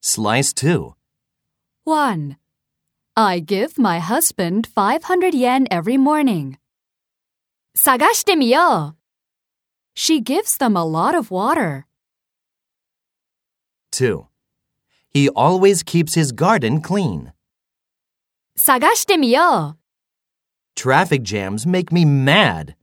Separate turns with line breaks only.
Slice 2.
1. I give my husband 500 yen every morning. 探してみよう. She gives them a lot of water.
2. He always keeps his garden clean.
探してみよう.
Traffic jams make me mad.